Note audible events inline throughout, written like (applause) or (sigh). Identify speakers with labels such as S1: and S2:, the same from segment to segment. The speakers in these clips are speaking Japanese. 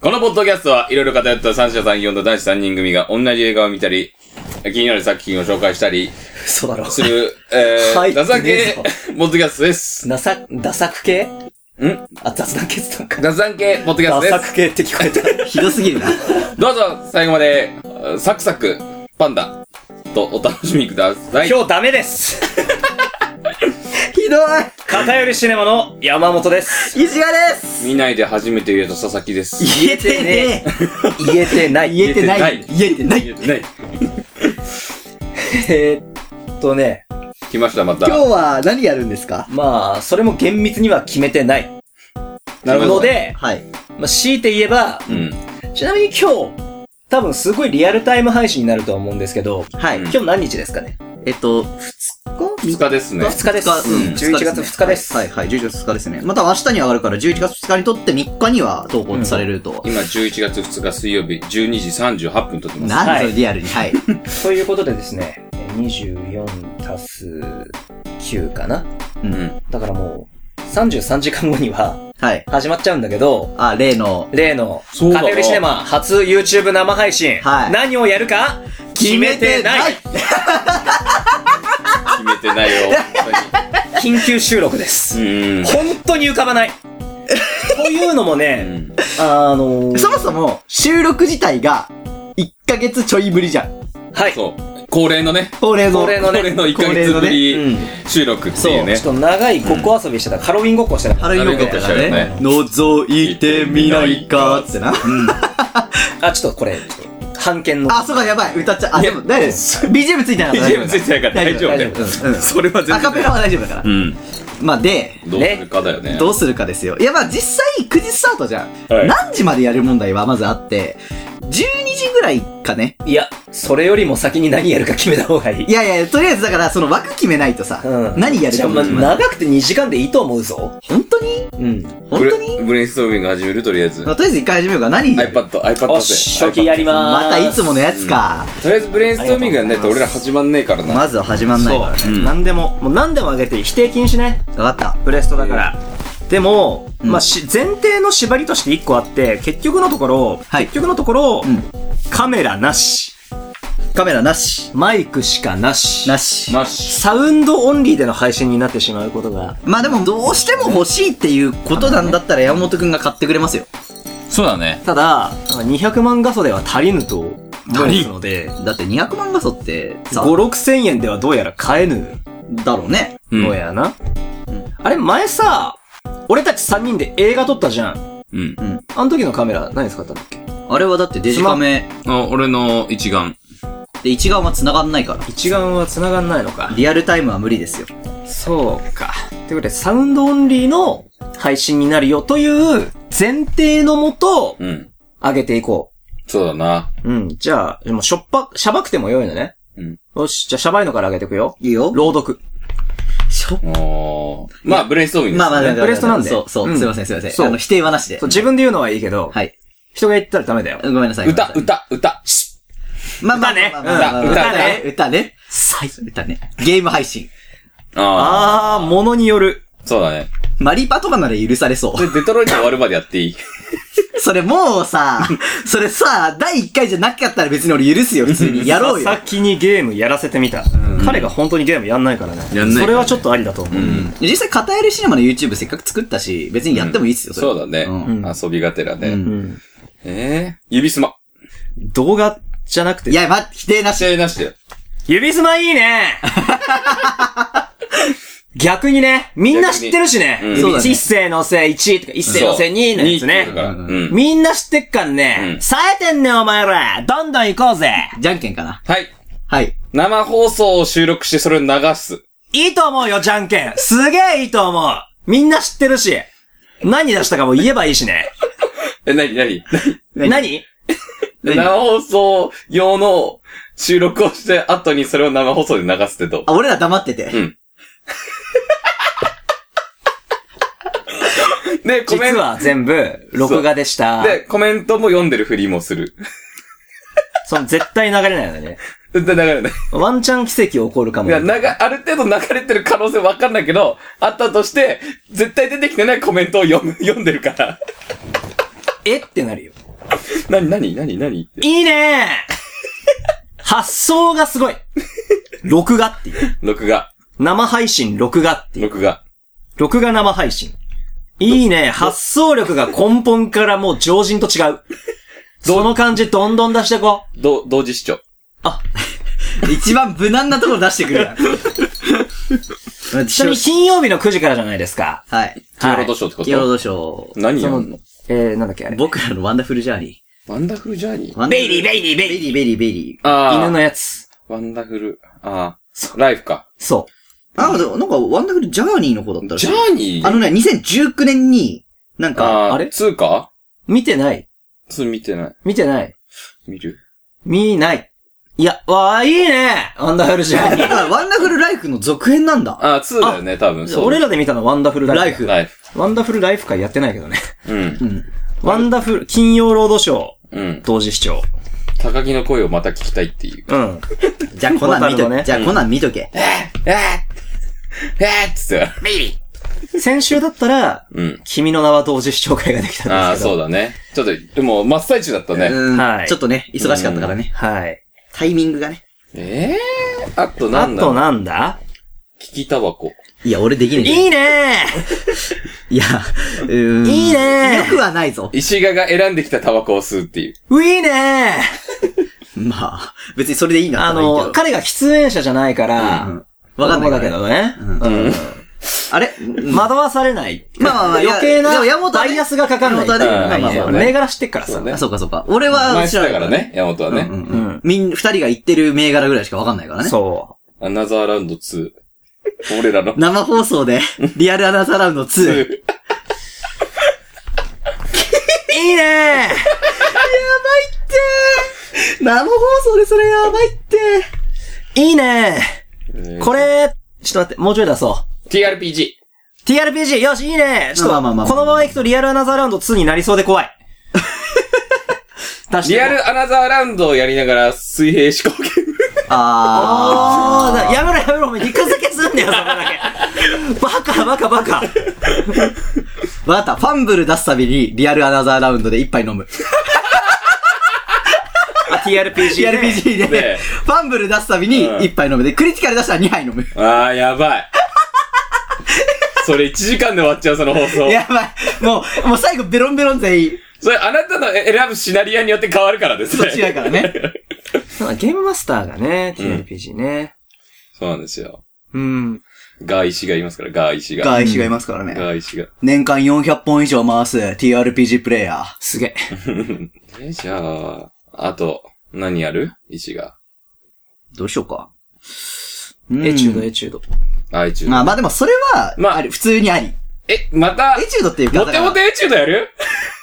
S1: ッドキャストはいろいろ偏った三者三様の男子3人組が同じ映画を見たり、気になる作品を紹介したり
S2: 嘘だろ。
S1: する、えー、
S2: はい
S1: ダサ系
S2: ね
S1: ポッドキャストです。
S2: なさ、ダサく系
S1: ん
S2: あ、雑談決断か。
S1: ダサ系ポッドキャ
S2: ダ
S1: スト
S2: サ
S1: で
S2: く系って聞こえた。
S3: ひどすぎるな。
S1: す。どうぞ、最後まで、サクサク、パンダ、とお楽しみください。
S2: (laughs) 今日ダメです。
S3: ひど
S2: 偏りシネマの山本です。
S3: い石川です
S1: 見ないで初めて言えた佐々木です。
S3: 言えてね
S2: 言えてない。
S3: 言えてない言えてない
S1: 言えてない。
S2: えーっとね、
S1: 来ました、また。
S3: 今日は何やるんですか
S2: まあ、それも厳密には決めてない。
S1: なるほど
S2: ので、
S3: はい。
S2: まあ、強いて言えば、
S1: うん。
S2: ちなみに今日、多分すごいリアルタイム配信になるとは思うんですけど、
S3: はい。
S1: うん
S2: 今日何日ですかね
S3: えっと、2日
S1: 2日ですね。
S2: ?2 日です。
S3: うん
S2: 11月2日です。
S3: はい、はい、11月2日ですね。また明日に上がるから、11月2日にとって3日には投稿されると。
S1: 今11月2日水曜日12時38分撮ってます。
S3: なん
S2: はい
S3: とリアルに。はい。
S2: ということでですね、24足す9かな
S1: うん。
S2: だからもう、33時間後には
S3: はい。
S2: 始まっちゃうんだけど、
S3: あ、例の、
S2: 例の、
S1: そうだな
S2: カテゴリシネマ初 YouTube 生配信、
S3: はい
S2: 何をやるか決めてない
S1: 決めてない
S3: (laughs)
S1: よ。
S2: 緊急収録です。
S1: うん。
S2: 本当に浮かばない。というのも
S1: う
S2: ね、
S1: ん
S2: あのー
S3: そもそも、収録自体が、1ヶ月ちょいぶりじゃん。
S2: はい。
S1: そう。恒例のね。
S3: 恒例の。
S2: 恒例のね
S1: 恒例の1ヶ
S3: 恒例
S1: 月
S3: の
S1: ぶ
S3: ね
S1: り
S2: ん。
S1: 収録って
S2: そ
S1: いう
S2: う、
S1: ね
S2: ち。ょっと長いごっこ遊びしてた、ハロウィンごっこしてた。
S3: ハロウィン予告だか
S1: ハロ
S3: ら
S1: ウィン
S3: ね。覗いてみないかってな。
S2: あ、ちょっとこれ、ちょっと判見の。
S3: あ、そうか、やばい。歌っちゃ、あ、
S1: いや
S3: でも、大丈夫です。BGM ついてなかった。
S1: BGM ついてないから大丈夫だよ
S3: 大。夫うんうん
S1: それは全
S3: アカペ
S1: 然。
S3: ラは大丈夫だから
S1: う。ん。
S3: まあ、で、
S1: どうするかだよね。
S3: どうするかですよ。いや、まあ実際9時スタートじゃん。
S1: はい
S3: 何時までやる問題はまずあって、12時ぐらいかね。
S2: いや、それよりも先に何やるか決めた方がいい。
S3: いやいや、とりあえずだからその枠決めないとさ、
S2: うん
S3: 何やる
S2: し
S3: か
S2: か
S3: も
S2: も
S3: 決まらない
S2: 長くて2時間でいいと思うぞ。
S3: 本当に
S2: うん。
S3: 本当に、
S1: ブレブレインストーミング始めるとりあえず
S3: ま。あとりあえず一回始めようか。何
S1: iPad、iPad
S2: おっし、初期やりまーす。
S3: またいつものやつか。
S1: とりあえずブレインストーミングやんないと俺ら始まんねえからな。
S3: まずは始まんないからね。
S2: そう。
S1: うん
S2: 何でも、もう何でもあげていい。否定禁止ね。
S3: わか
S2: ブレストだから。でも、
S3: うん
S2: まあ、し、前提の縛りとして1個あって、結局のところ、
S3: はい
S2: 結局のところ、
S3: うん
S2: カメラなし、
S3: った。カメラなし。
S2: マイクしかなし、
S3: なし。
S1: マッシ
S2: サウンドオンリーでの配信になってしまうことが、
S3: まあでも、どうしても欲しいっていうことなんだったら山本くんが買ってくれますよ。
S1: ュ。そうだね。
S2: ただ、200万画素では足りぬと思
S1: 足り
S2: うので、
S3: だって200万画素って
S2: 5、
S3: さ、
S2: 6千円ではどうやら買えぬ
S3: だろうね。
S1: うん
S2: のやな。
S3: うん
S2: あれ、前さ、俺たち3人で映画撮ったじゃん。
S1: うん。
S3: うん。
S2: あの時のカメラ何使ったんだっけ
S3: あれはだってデジカメ
S1: あ俺の一眼。
S3: で一眼は繋がんないから。
S2: 一眼は繋がんないのか。
S3: リアルタイムは無理ですよ。
S2: そうか。ということで、サウンドオンリーの配信になるよという前提のもと、
S1: うん。
S2: 上げていこ
S1: そうだな。
S2: う。うん。じゃあ、でもしょっぱ、しゃばくてもよいのね。
S1: うん。
S2: よし、じゃあしゃばいのから上げていくよ。
S3: いいよ。
S2: 朗読。
S3: しょ
S1: おーまあ、ブレインストーミング
S3: まあまあ、
S1: で
S3: ま
S1: す
S3: あまあ
S2: ブレストなんで
S3: そう、そうう、
S2: ん
S3: すいません、すいませ。
S2: そうん
S3: あの、否定はなしで
S2: そう、。自分で言うのはいいけど、
S3: はい。
S2: 人が言ったらダメだよ。
S3: ごめんなさい。
S1: 歌、
S3: ごめんなさ
S1: 歌、歌。
S3: い。まあまあ、
S2: 歌ね
S3: まあまあまあ
S1: うん
S3: まあ
S1: 歌ね
S3: 歌ね。
S2: 最
S3: 歌ね。ゲーム配信。
S1: ああ。
S2: あー、ものによる。
S1: そうだね。
S3: マリパとかなら許されそ
S1: で、デトロイト終わるまでやっていい
S3: う。 (laughs) それもう (laughs) さ、それさ、第1回じゃなかったら別に俺許すよ、普通に。やろうよ。
S2: 先にゲームやらせてみた。彼が本当にゲームやんないからね。
S1: やんないからね
S2: それはちょっとありだと思う。
S3: 実際、片やるシネマの YouTube せっかく作ったし、別にやってもいいっすよ、
S1: そうだね。
S3: うん
S1: 遊びがてらね。
S3: うん
S2: うん。
S1: ええ指すま。
S2: 動画じゃなくて
S3: い、や、ま、否定なし。
S1: 試合なしだよ。
S2: 指すまい
S1: (laughs)
S2: いね逆にね、みんな知ってるしね。
S1: 逆にうん
S2: 指
S3: そうだね
S2: 一世のせい1とか、一世のせい2のやつ
S1: そう二って言う
S2: ね
S1: か。らう
S3: うん
S1: ん。
S2: みんな知ってっかんね
S1: う。ん
S2: 冴えてんねお前ら。どんどん行こうぜ。
S3: じゃんけんかな。
S1: はい。
S3: はい。
S1: 生放送を収録してそれを流す。
S2: いいと思うよ、じゃんけん。すげえいいと思う。みんな知ってるし。何出したかも言えばいいしね。
S1: え、なになに
S2: 何
S1: 生放送用の収録をして後にそれを生放送で流すってど
S3: あ、俺ら黙って (laughs) て。
S1: うで、コメン
S2: 実
S1: ト。
S2: は全部、録画でした。
S1: で、コメントも読んでるふりもする。
S2: その絶対流れないよね。
S1: で、流れない。
S2: ワンチャン奇跡起こるかも
S1: い。や、なが、ある程度流れてる可能性わかんないけど、あったとして、絶対出てきてないコメントを読む、読んでるから。
S2: えってなるよ。
S1: なになになになにって。
S2: いいねー発想がすごい録画っていう。
S1: 録画。
S2: 生配信録画っていう。
S1: 録画。
S2: 録画生配信。いいね発想力が根本からもう常人と違う。その感じどんどん出してこう。
S1: ど、同時視聴。
S3: 一番無難なところ出してく (laughs) るやん。
S2: ちなみに金曜日の9時からじゃないですか。
S3: はい。
S1: 金ロードショーってこ
S3: ヨー
S1: と
S3: ドショー。
S1: 何や
S2: そ
S1: ん
S2: の
S1: の、
S2: えー、なんだっけあれ。
S3: 僕らのワンダフルジャーニ
S1: ワンダフルジャーニー
S3: ー。
S2: ベイリー
S3: ベイリー、ベイリー、ベイリー、ベイリー。
S1: あ
S2: 犬のやつ。
S1: ワンダフル、ああ、ライフか。
S2: そ
S3: あ、でもなんかワンダフルジャーニーの子だったらし
S1: ジ
S3: い
S1: ャーニー
S3: あのね、2019年に、なんか、
S1: あー
S2: あれ
S1: ツーか
S2: う。見てない。
S1: ツー見てない。
S2: 見てない。
S1: 見る
S2: 見ない。いや、わあ、いいねワンダフルジャーニ
S3: (laughs) だからワンダフルライフの続編なんだ。
S1: あー、ツーだよね、多分。
S2: ー。
S1: そう。
S2: 俺らで見たのワンダフルライフ。
S1: ライフ。
S2: ワンダフルライフ会やってないけどね。
S1: うん。
S3: うん。
S2: ワンダフル、金曜ロードショー、
S1: うん。
S2: 同時視聴。
S1: 高木の声をまた聞きたいっていう。
S2: うん。
S3: じゃあコナン見
S2: 渡る
S3: と
S2: のね
S3: け。じゃあコナン見とけ。
S1: えー、えーっつって。
S2: 先週だったら、
S1: うん。
S2: 君の名は同時視聴会ができ
S1: あ
S2: たん
S1: あ、
S2: ですけど。
S1: そうだね。ちょっと、でも、真っ最中だったね。
S3: うん
S2: はい
S3: ちょっとね、忙しかったからね。
S2: はい。
S3: タイミングがね。
S1: ええー、あとな
S2: あ
S1: んだ
S2: となんだ
S1: 聞きタバコ。
S3: いや、俺できねえ。
S2: いい
S3: (laughs)
S2: ね
S3: いや、うーん。
S2: いいね
S3: よくはないぞ。
S1: 石賀が選んできたタバコを吸うっていう。
S2: ーいいね
S3: まあ、別にそれでいい
S2: ー
S3: な。
S2: あの、彼が喫煙者じゃないか
S3: うんうん
S2: ら、
S3: わかんないから
S2: だけどね。
S3: うん
S2: うん
S3: あれま、
S2: 惑わされない。
S3: まあまあまあいや
S2: 余計
S3: でも山
S2: な
S3: 本は
S2: バ
S3: ね
S2: イアスがかかんない。
S3: 山
S1: は
S3: 本
S1: ね
S2: うん
S1: まあまあまあね
S2: 銘柄知ってっからさ。
S1: そうね
S3: あそうかそうか。俺は、
S1: 前
S3: 知
S1: 知
S3: ら
S1: だか
S3: ない
S1: ら。ね、山本は
S3: う
S1: ね。
S3: んう
S2: うん
S3: うんん。みん、二人が言ってる銘柄ぐらいしかわかんないからね。
S2: そ
S1: アナザーラウンド2。俺らの。
S3: 生放送で、リアルアナザーラウンド2。
S2: う。いいねー
S3: 生放送でそれやばいって。
S2: いいねーこ
S1: れ
S2: れ、ちょっと待って、もうちょい出そう。
S1: !TRPG!
S2: TRPG! よし、いいねちょっと、
S3: まあまあまあまあ
S2: このまま行くとリアルアナザーラウンド2になりそうで
S3: (laughs)
S2: 怖い。出して
S1: リ
S2: こう
S1: アルアナザーラウンドをやりながら水平思考ゲーム。
S3: あ
S2: あーだ、やめろやめろ、お前肉付けすんだよ、そこだけ。バカ、バカ、バカ。
S3: ー。わかった。ファンブル出すたびに、リアルアナザーラウンドで一杯飲む。
S2: あ TRPG ね。
S3: TRPG
S1: ね
S3: で、ファンブル出すたびに
S1: うん
S3: 一杯飲む。で、クリティカル出したら二杯飲む。
S1: (laughs) あー、やばい。それ1時間で終わっちゃう、その放送。
S3: やばい。もう、もう最後ベロンベロン全員。
S1: それあなたの選ぶシナリアによって変わるからです
S3: そ
S1: ね。
S3: っちだからね。
S2: そうだゲームマスターがね、TRPG ね。
S1: そうなんですよ。
S2: うん。
S1: ガー石がいますから、ガー石が。
S3: 外資がいますからね。
S1: ガー石が。
S3: 年間400本以上回す TRPG プレイヤー。
S2: すげえ。
S1: え、じゃあ、あと、何やる石が。
S3: どうしようか。
S2: エチュード、
S3: エ
S2: エチュード。
S1: あ、エチュード。
S3: まあまあでもそれは、
S1: まあ
S3: あり、普通にあり。
S1: え、また、
S3: エチュードっていうか、
S1: モテモ
S3: だか
S1: テエチュードやる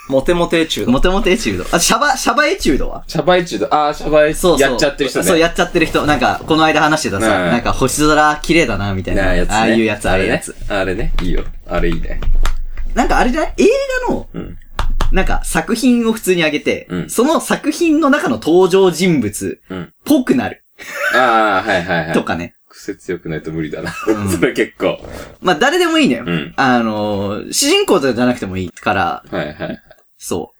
S2: モテモテエチュー
S3: ら
S2: ド。
S3: モテモテエチュード。あ、シャバ、シャバエチュードは
S1: シャバエチュード。あー、シャバエ
S3: そうそう。
S1: やっちゃってる人ね。
S3: そう、やっちゃってる人。なんか、この間話してたさ、
S1: うん
S3: なんか星空綺麗だな、みたいな。
S1: なやつね。
S3: ああいうやつ、ああいう
S1: れ
S3: や
S1: ね
S3: つ。。
S1: あれね。いいよ。あれいいね。
S3: なんかあれじゃない映画の、
S1: うん。
S3: なんか作品を普通にあげて、
S1: うん
S3: その作品の中の登場人物、
S1: うん。
S3: ぽくなる。
S1: ああ、はいはいはい。
S3: と。かね。
S1: 癖強くないと無理だな。
S3: うん
S1: それ結構。
S3: まあ誰でもいいのよ。
S1: うん
S3: あのー主人公とかじゃなくてもいいから、
S1: はいはい。
S3: そ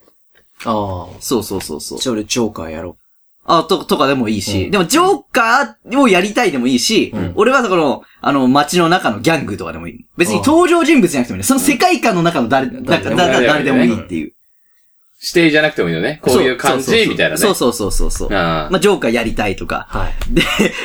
S2: あ
S3: う。そうそうそうそう
S2: あ。。じゃあ俺、ジョーカーやろ
S3: あ、と、とかでもいいし、
S2: うん
S3: でもジョーカーをやりたいでもいいし、
S2: うん
S3: 俺はそこの、あの、街の中のギャングとかでもいい。別に登場人物じゃなくてもいい。その世界観の中の誰、
S2: ん
S3: なんか
S2: 誰でもいい
S3: 誰誰でもいいっていう。
S1: 指定じゃなくてもいいのね。こういう感
S3: そそ
S1: じ
S3: そ
S1: みたいなね。
S3: そうそうそうそうそう。
S1: あー
S3: まあ、ジョーカーやりたいとか。
S2: う。はい。
S3: で、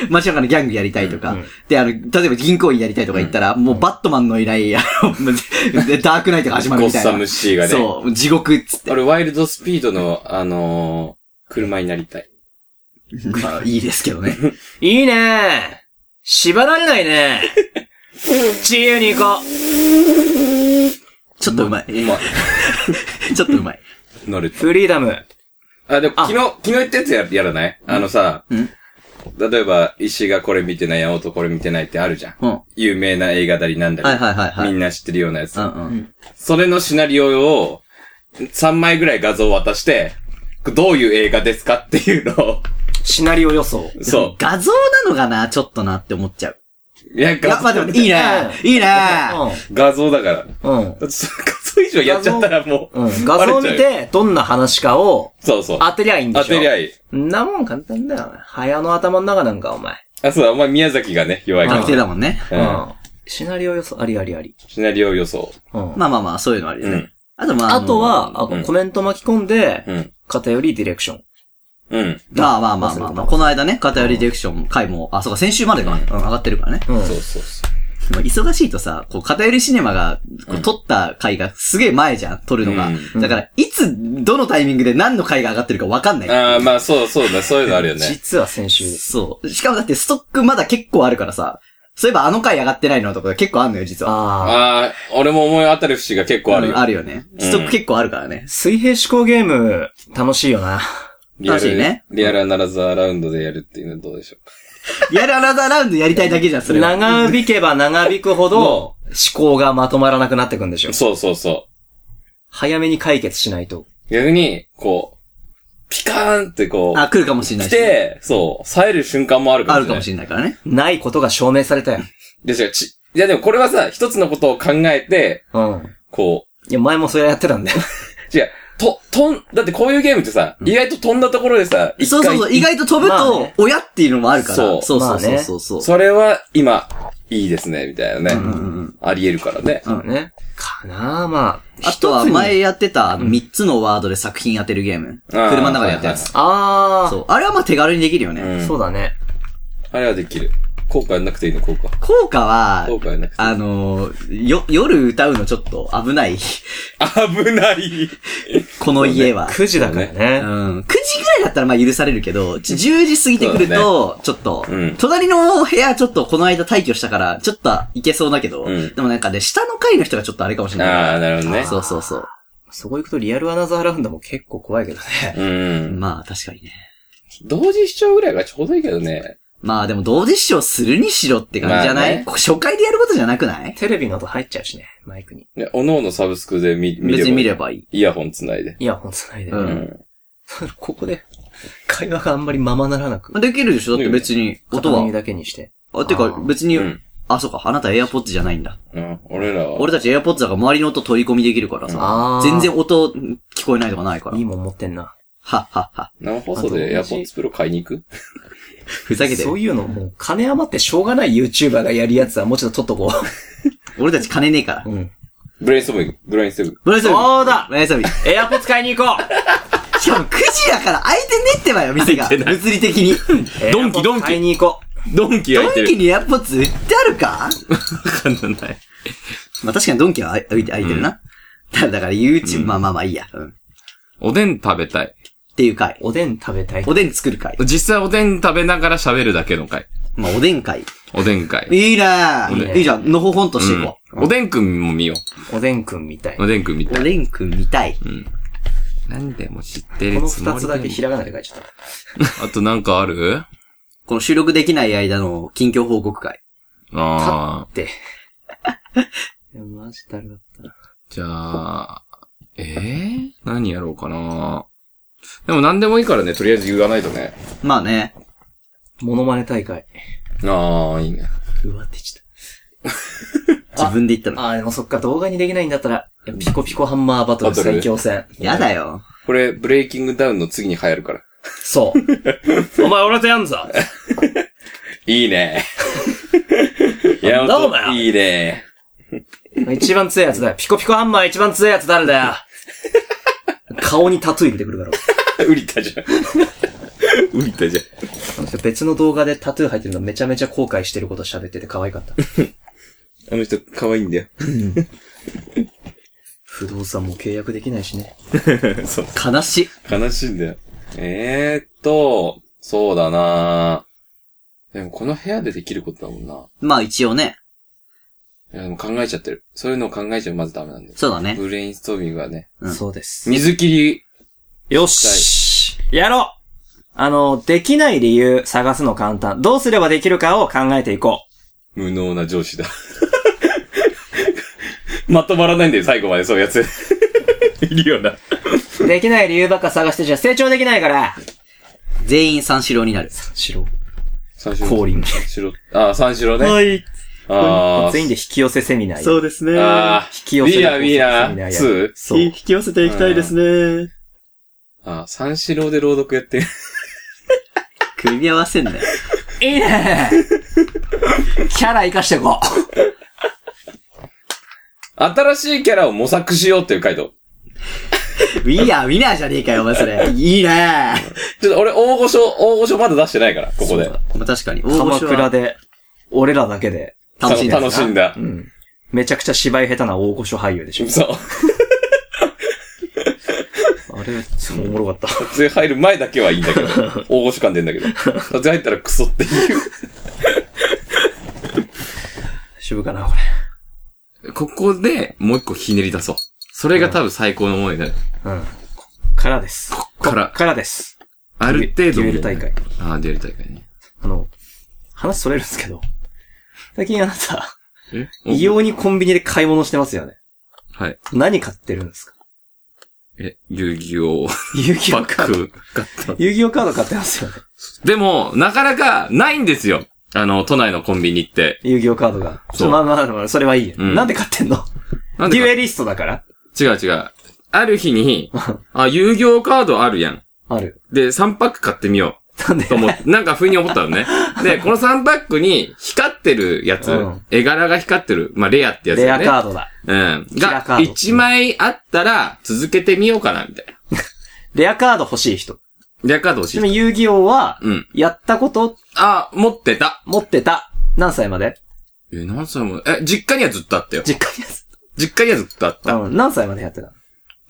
S3: 街の中のギャングやりたいとか、
S2: うんうん
S3: で、あの、例えば銀行員やりたいとか言ったら、もうバットマンのいない、あの、でダークナイトが始まる
S1: ゴッ
S3: みたいな。
S1: サムシーがね。
S3: そう、地獄っつって。
S1: 俺、ワイルドスピードの、あのー、車になりたい。
S3: まあ、いいですけどね。
S2: いいね縛られない
S1: (laughs)
S2: ね自由に行こう。
S3: ちょっとうまい。
S1: 今、
S3: (laughs) ちょっとうまい。
S1: 乗れた。
S2: フリーダム。
S1: あ、でも、
S2: あ
S1: 昨日、昨日言ったやつややらないあのさ、
S3: うん
S1: 例えば、石がこれ見てない、山本これ見てないってあるじゃん。
S3: うん。は
S1: 有名な映画だりなん
S3: い
S1: だり。
S3: はいはいはい。
S1: みんな知ってるようなやつ。
S3: うんうん。
S1: それのシナリオを、3枚ぐらい画像を渡して、どういう映画ですかっていうのを、
S2: シナリオ予想。
S1: そう。
S3: 画像なのかなちょっとなって思っちゃう。
S1: いや、
S3: やっぱ
S1: 画
S3: で
S1: 像、
S3: も、いいね。いいね。
S1: 画像だから。
S2: うん。うん。
S1: 画像以上やっちゃったらもう、
S2: うん。画像
S1: バレちゃう
S2: 見て、どんな話かを
S1: そうそう。
S2: 当てりゃいいんでし
S1: 当
S2: ょ
S1: てりゃ
S2: い
S1: いい。
S2: い。んなもん簡単だよ。早の頭の中なんか、お前。
S1: あ、そうだ、お前宮崎がね、弱いから
S3: 確定だもんね。。
S1: うん。
S2: うん。シナリオ予想、ありありあり。
S1: シナリオ予想。
S2: うん。
S3: まあまあまあ、そういうのあるよ
S1: うん
S3: ね。あとまあ。
S2: あとは、
S3: あの
S2: あ
S1: うん
S2: コメント巻き込んで、
S1: うん。
S2: 偏りディレクション。
S1: うん。
S3: まあまあまあまあまあ、この間ね、偏りディレクション回も、あ、そうか、先週までか、うん、上がってるからね。
S2: うん。
S1: そうそうそ
S3: まあ忙しいとさ、こう、偏りシネマが、こう撮った回がすげえ前じゃん、撮るのが。
S1: うん
S3: だから、いつ、どのタイミングで何の回が上がってるかわかんな
S1: う。
S3: い。
S1: ああ、まあそうそうだ、そういうのあるよね。
S2: 実は先週です。
S3: そう。しかもだって、ストックまだ結構あるからさ、そういえばあの回上がってないのとか結構あんのよ、実は。
S2: ああ。
S1: ああ、俺も思い当たる節が結構ある
S3: う
S1: よ
S3: ん。あるよね。ストック結構あるからね。
S2: 水平思考ゲーム、楽しいよな。
S1: リア
S3: 楽しい
S1: ル、
S3: ね
S1: リアルアナラザーラウンドでやるっていうのはどうでしょ
S3: やるアナザーラウンドやりたいだけじゃん、それは。
S2: 長引けば長引くほど、思考がまとまらなくなってくんでしょ
S1: う。。そうそうそ
S2: 早めに解決しないと。
S1: う。逆に、こう、ピカーンってこ
S3: あ、
S1: う、
S3: 来るかもしれない
S1: 来
S3: し。
S1: て、そう、冴える瞬間もあるかも
S3: あ
S1: しれない。
S3: るかもしれないからね。
S2: ないことが証明されたよ。
S1: ですよ、ち、いやでもこれはさ、一つのことを考えて、
S2: うん。
S1: こ
S2: いや、前もそれやってたんだよ。
S1: う、違う、と、とん、だってこういうゲームってさ、意外と飛んだところでさ、一
S3: そう
S1: 回
S3: そうそう、意外と飛ぶ
S2: まあ
S3: と
S2: ね、
S3: 親っていうのもあるから。
S1: そう
S3: そうそう
S2: まあ
S3: そう
S2: ね
S3: そうそう。
S1: それは今、いいですね、みたいなね。あり得るからね。
S2: そうね。かなあまあ。
S3: あとは
S2: 一つに
S3: 前やってた3つのワードで作品当てるゲーム。
S1: あー
S3: 車の中でやったやつ。
S2: ああ。
S3: そう。あれはまあ手軽にできるよね。
S1: うん
S2: そうだね。
S1: あれはできる。効果やんなくていいの、効果。
S3: 効果は
S1: 効、果やんなくて。
S3: あのーよ、夜歌うのちょっと危ない。 (laughs)
S1: 危ない。
S3: この家は。
S2: 9時だから
S3: う
S2: ね。
S3: ん。9時ぐらいだったらまあ許されるけど、ち10時過ぎてくると、ちょっと、
S1: うん
S3: 隣の部屋ちょっとこの間退去したから、ちょっといけそうだけど、
S1: うん
S3: でもなんかね、下の階の人がちょっとあれかもしれない。
S1: ああ、なるほどね。
S3: そうそうそう。
S2: そこ行くとリアルアナザーラウンドも結構怖いけどね。
S1: うん。
S3: まあ確かにね。
S1: 同時視聴ぐらいがちょうどいいけどね。
S3: まあでも同時視聴するにしろって感じじゃない、
S1: まあね
S3: こ初回でやることじゃなくない
S2: テレビの音入っちゃうしね、マイクに。
S1: ね、おのおのサブスクで見、見れば。
S3: 別に見ればいい。
S1: イヤホン繋いで。
S2: イヤホンつないで。
S3: うん
S2: ここで、会話があんまりままならなく。
S3: できるでしょだって別に、
S2: 片
S3: 音
S2: 耳
S3: は。
S2: だけにして。
S3: あ、て
S2: あ
S3: か
S2: ー
S3: 別に、
S1: うん
S3: あ、そうか、あなた AirPods じゃないんだ。
S1: うん。俺らは。
S3: 俺たち AirPods だから周りの音取り込みできるから
S2: あ
S3: さ
S2: ー。
S3: 全然音聞こえないとかないから
S2: いい。もん持ってんな。
S3: はっはっは。
S1: 生放送でエアポッツプロ買いに行く
S3: ふざけて
S2: そ
S3: る
S2: う。いうの、もう金余ってしょうがない YouTuber がやるやつはもうちょっと取っとこ
S3: 俺たち金ねえから
S2: う。。うん。
S1: ブレインストーミング、ブレインストーミング。
S3: ブライサビ
S2: そうだ
S3: ブライサビし
S2: エアポッツ買いに行こ
S3: かも9時だから開いてねえってばよ、店が。
S1: 開いてな
S3: 物理 (laughs) 的に。
S2: う
S1: ドンキ
S2: エアポッツ買いに行こ
S1: ドンキ
S3: ドンキに AirPods 売ってあるか
S1: わかんない。
S3: まあ確かにドンキは開い開いてるな。だから YouTube、まあまあまあいいや。うん。っ
S4: おでん食べたい。
S3: ていう回。
S2: うおでん食べたい。
S3: おでん作る回。
S4: 実際おでん食べながら喋るだけの回。
S3: まあおでん回。
S4: おでん会。
S3: いいね
S2: いいね
S3: いいじゃん。のほほんとしていこ
S4: うんおでんくんも見よ
S2: おでんくんみたい。
S4: う。
S2: こ
S4: おでんくん見
S3: う。
S4: た
S3: お
S4: い。
S3: でんくん見たい。
S4: なんでも知ってる
S2: の
S4: つもり
S2: 二つだけひらがなで書いちゃっ
S4: あとなんかある
S3: この収録できない間の近況報告会。
S4: ああ
S2: た。。で。いやマジだるだったな。
S4: じゃあ、えー、何やろうかな。でも何でもいいからね、とりあえず言わないとね。
S3: まあね。
S2: モノマネ大会。
S1: ああ、いいね。
S2: うわってち
S3: 自分で言った
S2: ゃっ
S3: の。
S2: た。あー、でもそっか、動画にできないんだったら、いやピコピコハンマーバトル最強戦。
S3: やだよ。
S1: これ、ブレイキングダウンの次に流行るから。
S2: そう。 (laughs) お前俺とやんぞ
S1: いいね。い
S2: (laughs) な
S1: や、
S2: んだ
S1: ほ
S2: お前
S1: いいね。 (laughs)
S2: 一番強いやつだよ。ピコピコハンマー一番強いやつ誰だよ。顔にタトゥー入れてくるから。
S1: ウリタじゃん。
S2: (laughs)
S1: ウリタじゃん。
S2: 別の動画でタトゥー入ってるのめちゃめちゃ後悔してること喋ってて可愛かった。
S1: あの人、可愛いんだよ。
S2: (laughs) 不動産も契約できないしね。
S1: そう。
S3: 悲しい。
S1: 悲しいんだよ。えーっと、そうだなでもこの部屋でできることだもんな。
S3: まあ一応ね。
S1: いや、でも考えちゃってる。そういうのを考えちゃまずダメなんだよ。
S3: そうだね。
S1: ブレインストーミングはね。
S3: うん
S2: そうです。
S1: 水切
S2: よしやろうあの、できない理由探すの簡単。どうすればできるかを考えていこ
S1: り、無能な上司だ。 (laughs) まとまらないんだよ、最後まで、そういうやつ。 (laughs) いるよな。
S2: う。できない理由ばっか探してちゃ成長できないから
S3: 全員三四郎になる。
S2: 白。
S1: 三四郎。
S2: 降臨
S1: 三四郎。あー、三四郎ね。
S2: はい。
S1: あー
S2: 全員で引き寄せセミナーや
S3: そうですね。
S1: あ
S2: 引き
S1: ー、
S2: 寄
S1: ビ
S2: せ
S1: ーラ
S2: の
S1: ー、ビーラ
S2: セミナ
S1: ー、
S2: や
S1: 2?
S2: そう。
S3: 引き寄せていきたいですね。
S1: あー、三四郎で朗読やってる。
S3: 組み合わせんだよ。
S2: いい (laughs) ねキャラ生かしていこう。
S1: 新しいキャラを模索しようっていう回答。
S3: ウィアー、ウィナーじゃねえかよ、お前それ。いいね
S1: ちょっと俺、大御所、大御所まだ出してないから、ここで。
S3: まあ確かに。
S2: 鎌倉
S3: で
S2: で、俺らだけで、
S3: 楽しい
S1: た楽しんだ
S2: う。ん。めちゃくちゃ芝居下手な大御所俳優でしょ。
S1: そう。 (laughs)
S2: あれ、そうおもろかった。
S1: 撮影入る前だけはいいんだけど。大御所感出んだ
S4: (laughs)
S1: けど。撮影入ったらクソっていう。
S2: 渋かな、
S4: こ
S2: こ
S4: こで、もう一個ひねり出そう。それが多分最高のものになる。
S2: れ。うん。こっからです。
S4: こっから
S2: こっからです。
S4: ある程度。
S2: デュエル大会。。
S4: ああ、デュエル大会ね。
S2: あの、話それるんですけど、最近あなた、
S4: え
S2: 異様にコンビニで買い物してますよね。
S4: はい。
S2: 何買ってるんですか
S4: え、遊戯王、
S2: 遊戯
S4: バ
S2: 王カ
S4: ッ
S2: ード。
S4: グ、買った。
S2: 遊戯王カード買ってますよね。
S4: でも、なかなかないんですよ。あの、都内のコンビニって。
S2: 遊戯王カードが。
S4: そう
S2: まあまあまあ、それはいいよ。
S4: うん
S2: なんで買ってんの
S4: なん
S2: デ
S4: で
S2: ュ
S4: か
S2: エリストだから
S4: 違う違う。ある日
S2: (laughs)
S4: に、あ、遊戯王カードあるやん。
S2: ある。
S4: で、3パック買ってみよ
S2: なんで
S4: う。と思って、
S2: (laughs)
S4: なんか不意に思ったのね。で、この3パックに光ってるやつ、
S2: うん
S4: 絵柄が光ってる、まあ、レアってやつ
S2: レ
S4: だ
S2: ア
S4: ね。
S2: カードだ。
S4: うん。
S2: キラ
S4: が
S2: ーカー、ド
S4: 1枚あったら続けてみようかな、みたいな。
S2: レアカード欲しい人。
S4: レアカード欲し
S2: ち
S4: い
S2: なみ。に遊戯王は、
S4: うん。
S2: やったこと、
S4: あ、持ってた。
S2: 持ってた。何歳まで
S4: え、何歳も、え、実家にはずっとあったよ。
S2: 実家にやつ。
S4: 実家にはずっとあった。
S2: うん、何歳までやってた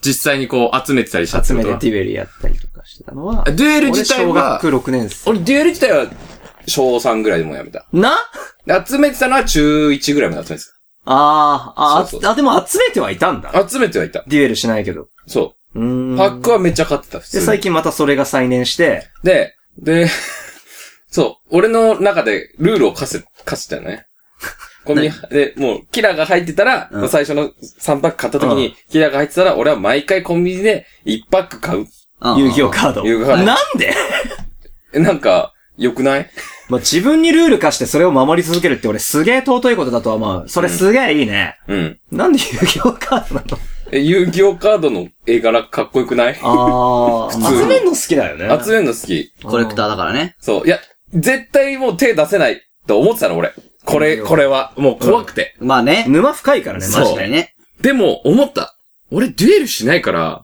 S4: 実際にこう集めてたりしたっ
S2: の
S4: て
S2: 集
S4: こ
S2: め
S4: と
S2: で
S4: は
S2: デュエルやったりとかしてたのは
S4: あ、デュエル自体
S2: 俺小
S4: は
S2: 学、6年生。
S1: 俺、デュエル自体は、小3ぐらいでもうやめた。
S2: な
S1: で集めてたのは中1ぐらいまで集めて
S2: あーあ、あ
S1: そうそう
S2: あ、でも集めてはいたんだ。
S1: た。集めてはいた。
S2: デュエルしないけど。
S1: そう
S2: ー
S1: う。
S2: ん。
S1: パックはめっちゃ買ってた、普
S2: で、
S1: 通
S2: 最
S1: に。
S2: 近またそれが再燃して、
S1: で、で、 (laughs) そう。俺の中でルールを課せ、課せた
S4: (laughs)
S1: よね。コンビニで、もう、キラが入ってたら、
S3: うん
S1: 最初の3パック買った時に、
S2: う
S1: キラが入ってたら、俺は毎回コンビニで1パック買う。
S2: 遊戯王カード。
S1: 遊戯王カード
S2: なんで
S1: え、なんか、良くない
S2: まあ、自分にルール化してそれを守り続けるって俺すげえ尊いことだとは思う。それすげえいいね。
S1: うん。
S2: なんで遊戯王カードなの
S1: え、遊戯王カードの絵柄かっこよくない
S2: あ
S1: 普通
S2: 集めるの好きだよね。
S1: 集めるの好き。
S3: コレクターだからね。
S1: そう。いや、絶対もう手出せないと思ってたの、俺。これ、これは。もう怖くて。
S3: まあね。
S2: 沼深いからね、マ
S3: 確
S2: ジ
S3: か
S2: で。
S3: にね。
S4: でも、思った。俺、デュエルしないから、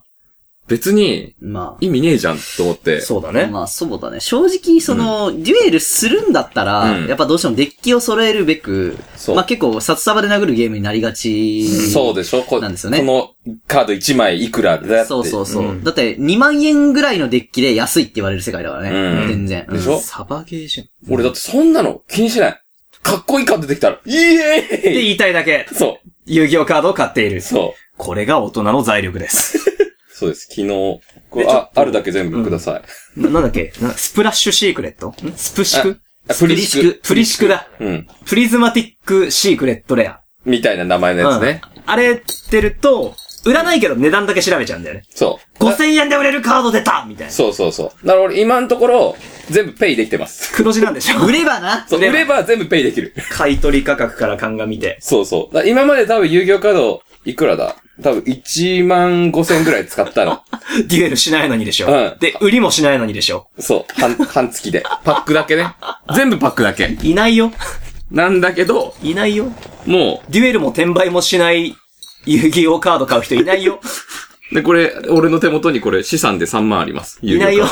S4: 別に、
S3: ま
S4: 意味ねえじゃん、と思って。
S2: そうだ
S3: あ。
S2: ね。
S3: まあそうだね。正直、その、デュエルするんだったら、
S4: うん
S3: やっぱどうしてもデッキを揃えるべく、
S1: そう
S3: まあ結構、札束で殴るゲームになりがち。
S1: そうでしょこ
S3: なんですよね
S1: このカード1枚いくらだって。
S3: そうそうそう。
S2: うん
S3: だって、2万円ぐらいのデッキで安いって言われる世界だからね。
S1: うん
S3: 全然。
S1: でしょ
S2: サバゲーじゃん。っ
S1: 俺だってそんなの気にしない。かっこいいカード出てきたら、イ
S2: て
S1: エーイ
S2: 言いたいだけ、
S1: そう。
S2: 遊戯王カードを買っている。
S1: そう。
S2: これが大人の財力です。
S1: そうです。昨日。これ
S2: でちょ
S1: あ
S2: っ、と
S1: あるだけ全部ください。
S2: な、なんだっけなスプラッシュシークレットんスプシク
S1: あプリシク。
S2: プリシクだ。
S1: うん。
S2: プリズマティックシークレットレア。
S1: みたいな名前のやつね。
S2: うん。あれってると、売らないけど値段だけ調べちゃうんだよね。
S1: そう。
S2: 5000円で売れるカード出たみたいな。
S1: そうそうそう。だから俺今のところ、全部ペイできてます。
S2: 黒字なんでしょ
S3: 売ればな
S1: そう、
S2: 売れ
S1: 売
S2: ば
S1: れば全部ペイできる。
S2: 買い取り価格から鑑みて。
S1: そうそう。だから今まで多分遊戯王カード、いくらだ多分1万5千ぐらい使った
S3: (laughs)
S1: の。
S2: (laughs) デュエルしないのにでしょ。
S1: うん
S2: で、売りもしないのにでしょ。
S1: そう。半、半月で。
S4: パックだけね。全部パックだけ。
S2: いないよ。
S4: なんだけど、
S2: いないよ。
S4: も
S2: デュエルも転売もしない遊戯王カード買う人いないよ。
S4: う、で、これ、俺の手元にこれ、資産で3万あります。
S2: いないよ。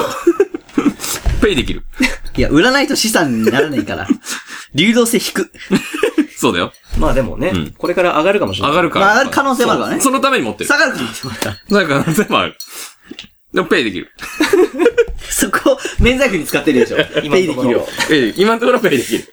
S4: ペイできる。
S3: いや、売らないと資産にならな
S1: (laughs)
S3: いから。流動性引く。
S4: そうだよ。
S2: まあでもね、
S4: うん
S2: これから上がるかもしれない。
S4: 上がるか
S3: まあ
S4: ら。
S3: 上がる可能性もあるからね
S4: そうそのために持ってる。
S3: 下がるかもしれないから。
S4: だから、可能性もある。でも、ペイできる。
S3: そこ、免罪符に使ってるでしょ。
S2: 今のところ
S3: ペイできるよ
S4: ペイできる今のところペイできる。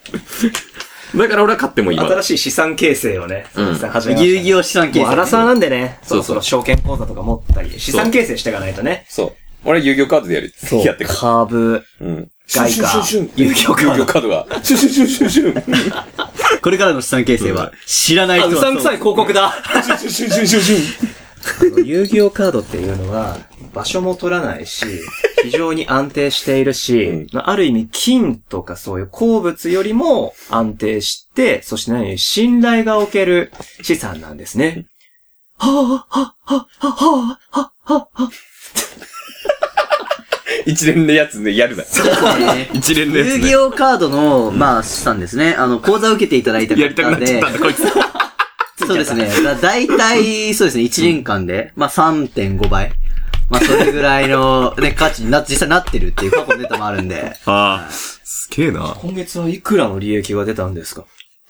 S4: だから俺は買ってもいいわ。
S2: 新しい資産形成をね、
S4: うん
S2: 資産始めました
S3: 遊戯王資産形
S2: もう荒
S3: 成。
S2: さなんでね、そ
S4: そう
S2: ろ
S4: そ
S2: そうろ証券口座とか持ったり、資産形成していかないとね。
S1: そう。俺は遊戯王カードでやる。やってくる。
S2: カーブ、
S1: うん。
S2: 外貨
S1: シュンシュンシュンシュン
S2: 遊戯王カ
S1: 遊戯
S2: ード
S1: 王カードが。シュンシュンシュンシュンシュン。
S3: これからの資産形成は、知らない
S2: あ、
S3: 人
S2: う
S3: は
S2: さんくさい広告だ。
S1: シュンシュンシュンシュンシュンシュン。
S2: (laughs) 遊戯王カードっていうのは、場所も取らないし、非常に安定しているし、
S5: うん
S2: まあある意味金とかそういう鉱物よりも安定して、そして何より信頼がおける資産なんですね。はぁ、はぁ、はぁ、はぁ、はぁ、はぁ、
S5: 一連のやつね、やるな。一連のや
S3: 遊
S5: つ
S3: 戯
S5: ね。
S3: 王カードの、まあ、資産ですね。あの、講座を受けていただいた
S1: やりたく
S3: 方
S1: なっちゃ
S3: で
S1: っ、たんだ、こいつ。
S3: そうですね。だいたい、そうですね、1年間で、まあ、3.5倍。まあ、それぐらいの、ね、価値にな、実際なってるっていう過去のデータもあるんで。
S1: ああ、すげえな。
S2: 今月はいくらの利益が出たんですか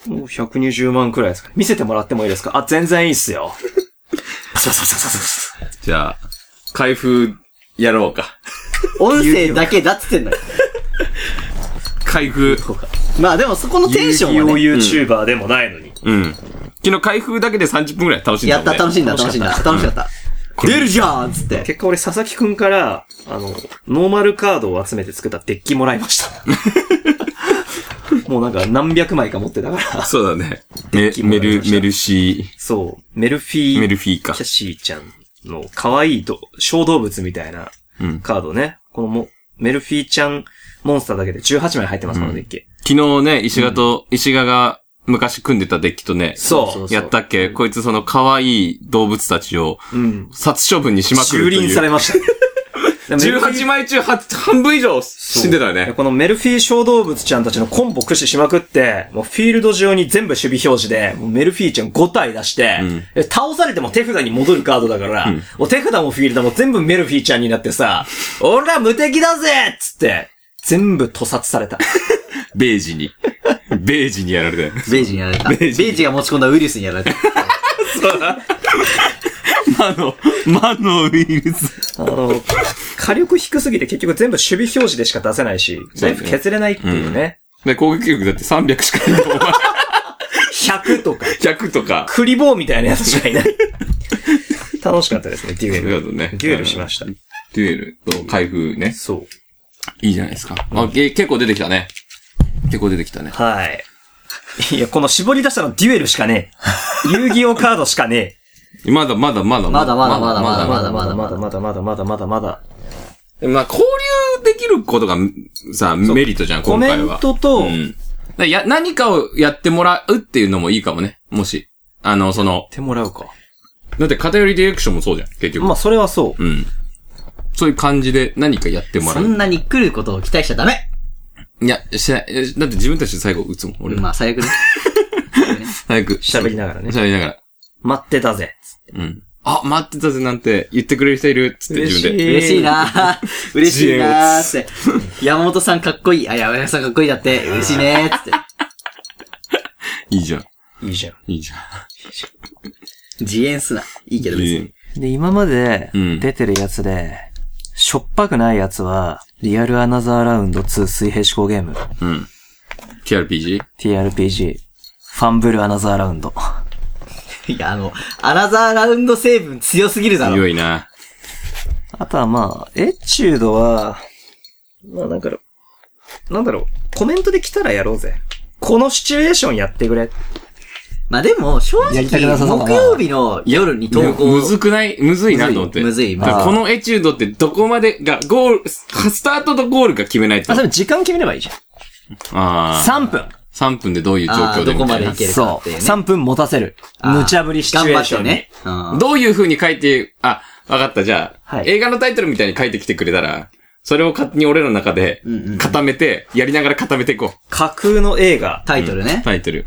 S2: もう120万くらいですかね。見せてもらってもいいですかあ、全然いいっすよ。 (laughs) そうそうそうそう。
S1: じゃあ、
S5: 開封やろうか。
S3: 音声だけだっつってんのよ。
S1: 開封。
S3: まあ、でもそこのテンションはね、
S2: 遊戯王 YouTuber でもないのに。
S1: うん。昨日開封だけで30分くらい楽しんだ
S3: や
S1: も
S3: っ
S1: んね。
S3: た、楽しんだ、楽しんだ、楽しかった。出るじゃんっつって。
S2: 結果俺、佐々木くんから、あの、ノーマルカードを集めて作ったデッキもらい
S1: (laughs)
S2: ました。もうなんか何百枚か持ってたから。
S1: そうだね。メ
S2: キもら
S1: メ
S2: いま
S1: ル、
S2: した
S1: メルシ
S2: そう、メルフィ
S1: ー、
S2: ー、
S1: メルフィーか
S2: キャ。シーちゃんの可愛いど小動物みたいな
S1: うん
S2: カードね。このもメルフィーちゃんモンスターだけで18枚入ってます、このデッキ。
S1: 昨日ね、石賀と、石賀が昔組んでたデッキとね、
S2: そう
S1: やったっけこいつその可愛い動物たちを
S2: うん。
S1: 殺処分にしまくる
S2: 蹂
S1: という。
S2: 躙され
S1: (laughs)
S2: ました。
S1: 18枚中は半分以上死んでたよ
S2: そう
S1: ね。
S2: このメルフィー小動物ちゃんたちのコンボ駆使しまくって、もうフィールド上に全部守備表示で、もうメルフィーちゃん5体出して、
S1: ん
S2: え倒されても手札に戻るカードだから、お手札もフィールドも全部メルフィーちゃんになってさ、俺ら無敵だぜっつって、全部屠殺された。
S1: ベージに。 (laughs) ベージにやられて。
S3: ベージにやられた。ベージが持ち込んだウイルスにやられた。
S1: 魔の、魔のウイルス。
S2: あの、火力低すぎて結局全部守備表示でしか出せないし、
S1: そう
S2: 全
S1: ね
S2: 部削れないっていうね。
S1: で、攻撃力だって300しか (laughs) ないと思う。
S2: 100とか、
S1: (laughs) 100とか。
S2: クリボーみたいなやつしかいない。楽しかったですね、デュエ
S1: そういう
S2: ル。
S1: ことね。
S2: デュエルしました。
S1: デュエルと開封ね。
S2: (laughs) そう。
S1: いいじゃないですか。あ、え結構出てきたね。結構出てきたね。
S2: はい。いや、この絞り出したのデュエルしかねえ。遊戯王カードしかね
S1: まだまだまだ
S3: まだまだまだまだ
S2: え。
S3: まだ
S2: まだまだまだまだまだまだ。
S1: まあ、交流できることが、さ、メリットじゃん、
S2: コ
S1: 今
S2: メ
S1: 回
S2: ン
S1: は。
S2: トと、
S1: うん。だや、何かをやってもらうっていうのもいいかもね。もし。あの、その、
S2: てもらうか。
S1: だって偏りディレクションもそうじゃん、結局。
S2: まあ、それはそ
S1: うん。そういう感じで何かやってもら
S3: そ。
S1: うん
S3: なに来ることを期待しちゃダメ
S1: いや、してない。えだって自分たちで最後打つもん、俺。
S3: まあ、最悪ね。
S1: 早く。
S2: う。喋りながらね。
S1: 喋りながら。
S2: 待ってたぜ。
S1: うん。あ、待ってたぜなんて言ってくれる人いるっつって自分で。
S3: 嬉しいな
S2: (laughs)
S3: ー嬉しいなーって。山本さんかっこいい。あ、山本さんかっこいいだって。嬉しいねーって。
S1: いいじゃん。
S2: いいじゃん。
S1: いいじゃ
S3: 自演すな。いいけど
S1: ん。い
S3: 別
S1: い
S3: に。
S1: ね
S2: で、今まで
S1: うん
S2: 出てるやつで、しょっぱくないやつは、リアルアナザーラウンド2水平思考ゲーム、
S1: うん。TRPG?
S2: TRPG、ファンブルアナザーラウンド。
S3: いや、あの、アナザーラウンド成分強すぎるだろ。
S1: 強いな。
S2: あとはまあ、エチュードは、まあなんか、なんだろう、コメントで来たらやろうぜ。このシチュエーションやってくれ。
S3: まあでも、正
S2: や
S3: 直、
S2: りたくなさそうだな
S3: 木曜日の夜に投稿。
S1: むむずくないむずいなと思って。
S3: むずいむ
S1: だ
S3: ずい
S1: からこのエチュードってどこまでが、ゴール、スタートとゴールが決めないと。
S2: あ、
S1: あ
S2: それ時間決めればいいじゃ
S1: あー。
S2: ん。3分。
S1: 3分でどういう状
S3: あー
S1: 況で
S3: どこ
S1: みた
S3: ま
S1: い
S3: で
S1: な
S3: 行。けるかっ
S2: そう。
S3: ていうね。
S2: 3分持たせる。
S3: あー
S2: 無茶ぶりシチュエーションに。
S3: 頑張ってね。
S1: どういう風に書いて、あ、わかった、じゃあ、
S2: はい
S1: 映画のタイトルみたいに書いてきてくれたら、それを勝手に俺らの中で
S3: んうんうん、
S1: 固めて、やりながら固めていこ
S2: 架空の映画
S3: うん。タイトル
S1: う。
S3: ね。
S1: タイトル。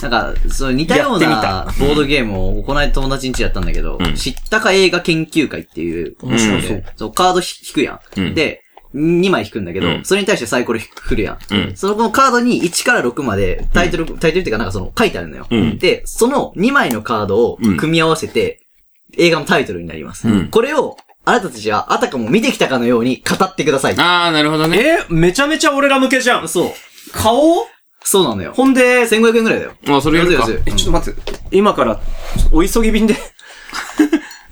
S3: なんか、そう、似たよう
S2: や
S3: なボードゲームを、この間友達ん家やったんだけど、
S1: うん
S3: 知ったか映画研究会っていう、
S2: 面白そう
S3: そう、カードひ引くやん。
S1: うん
S3: で、2枚引くんだけど、
S1: うん
S3: それに対してサイコロひく振るやん。
S1: うん
S3: そのこのカードに1から6までタイトル、タイトルっていうかなんかその書いてあるのよ。
S1: うん
S3: で、その2枚のカードを
S1: うん
S3: 組み合わせて、映画のタイトルになります。
S1: うん
S3: これを、あなたたちはあたかも見てきたかのように語ってください。
S1: あー、なるほどね。
S2: えーめちゃめちゃ俺ら向けじゃん。
S3: そう。
S2: 顔
S3: そうなのよ。
S2: ほんで、
S3: 1500円くらいだよ。
S1: あ、それやるか
S3: や。るやる
S1: え、ちょっと待って。
S2: 今から、お急ぎ (laughs) 便で。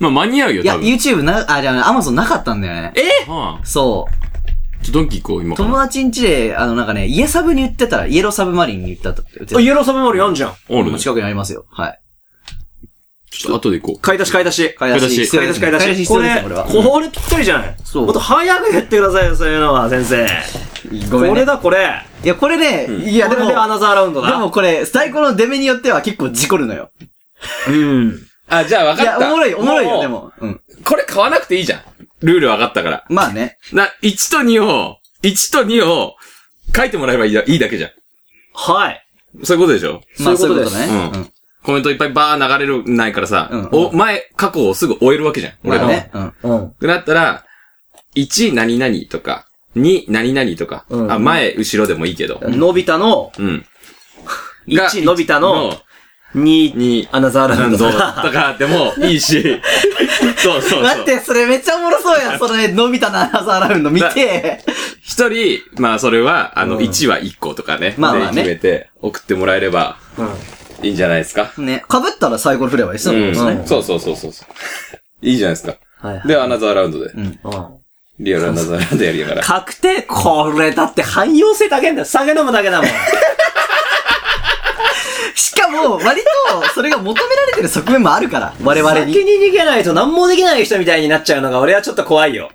S1: まあ、間に合うよ、
S3: いや、
S1: 多分。
S3: YouTube な、あ、じゃあ、Amazon なかったんだよね。
S1: えはあ
S3: そう。
S1: ちょ、ドンキ行こう、今か
S3: 友
S1: ら。
S3: 達ん家で、あの、なんかね、家サブに売ってたら、イエローサブマリンに売ったと、売ってた。
S2: イエローサブマリンあんじゃん。
S1: オール
S3: もう
S1: ね
S3: 近くにありますよ。はい。
S4: ちょっと後で行こ
S2: 買い出し買い出し。
S3: 買い出し。
S4: 必
S2: 買い出し買い出し。
S3: 必
S2: こ
S3: 要です
S2: れ、
S3: ねこれは。
S2: これぴったりじゃない
S3: そう
S2: もっと早くやってくださいよ、そういうのは、先生。
S3: ごめん
S2: これ
S3: ね。
S2: だ、これ。
S3: いや、これね、い
S2: い
S3: や、
S2: や、
S3: で
S2: で
S3: も、
S2: も、アナザーラウンドだ。
S3: でも、これ、サイコロの出目によっては結構事故るのよ。
S2: うん。
S1: あ、じゃあ
S3: い
S1: 分か
S3: や、
S1: っ
S3: お
S1: た。
S3: もろい、おもろいよ、で
S1: も
S3: も。うん。
S1: う。これ買わなくていいじゃん。ルール分かったから。
S3: まあね。
S4: う。な、1と2を、1と2を書いてもらえばいいだいいだけじゃん。
S2: はい。
S4: そういうことでしょ
S3: まあ、
S2: そ
S3: そうう
S2: い
S3: いう
S2: こ
S3: うことと
S2: です
S3: ね。
S4: うん
S3: うん。
S4: コメントいっぱいバー流れる、ないからさ、
S3: うん
S4: お、前、過去をすぐ終えるわけじゃん。
S3: ま
S4: 俺
S3: あ
S4: らは。
S3: ね。うん。
S2: うん。
S4: だったら、1何々とか、2何々とか、
S2: うん
S4: あ、前、後ろでもいいけど。
S2: のび太の、
S4: うん。が
S2: 1、のび太の、、2、
S4: 2、
S2: アナザーラ
S4: な
S2: ウン
S4: ん
S2: ド
S4: ぞ、と。かでもいい
S3: (laughs)
S4: し、そうそうそう。
S3: 待って、それめっちゃおもろそうやん。それ、のび太のアナザーラウンド見て。
S4: 一人、まあそれは、あ
S2: う
S4: の、
S2: ん
S4: 1は1個とかね。
S3: まあまあ
S4: で
S3: ね
S4: 決めて、送ってもらえれば
S2: う
S1: いいんじゃないですか。
S3: ね。被ったらサイコロ振ればいいし、そうですね。
S1: そうそうそうそうそう。いいじゃないですか。
S3: はいはい。
S1: で、アナザーラウンドで。
S2: ん。
S1: リアルアナザーラウンドやりながら。
S2: 確定これだって汎用性だけんだよ。酒飲むだけだもん。
S3: しかも、割と、それが求められてる側面もあるから、 (laughs) 我々に。
S2: 先に逃げないと何もできない人みたいになっちゃうのが俺はちょっと怖いよ。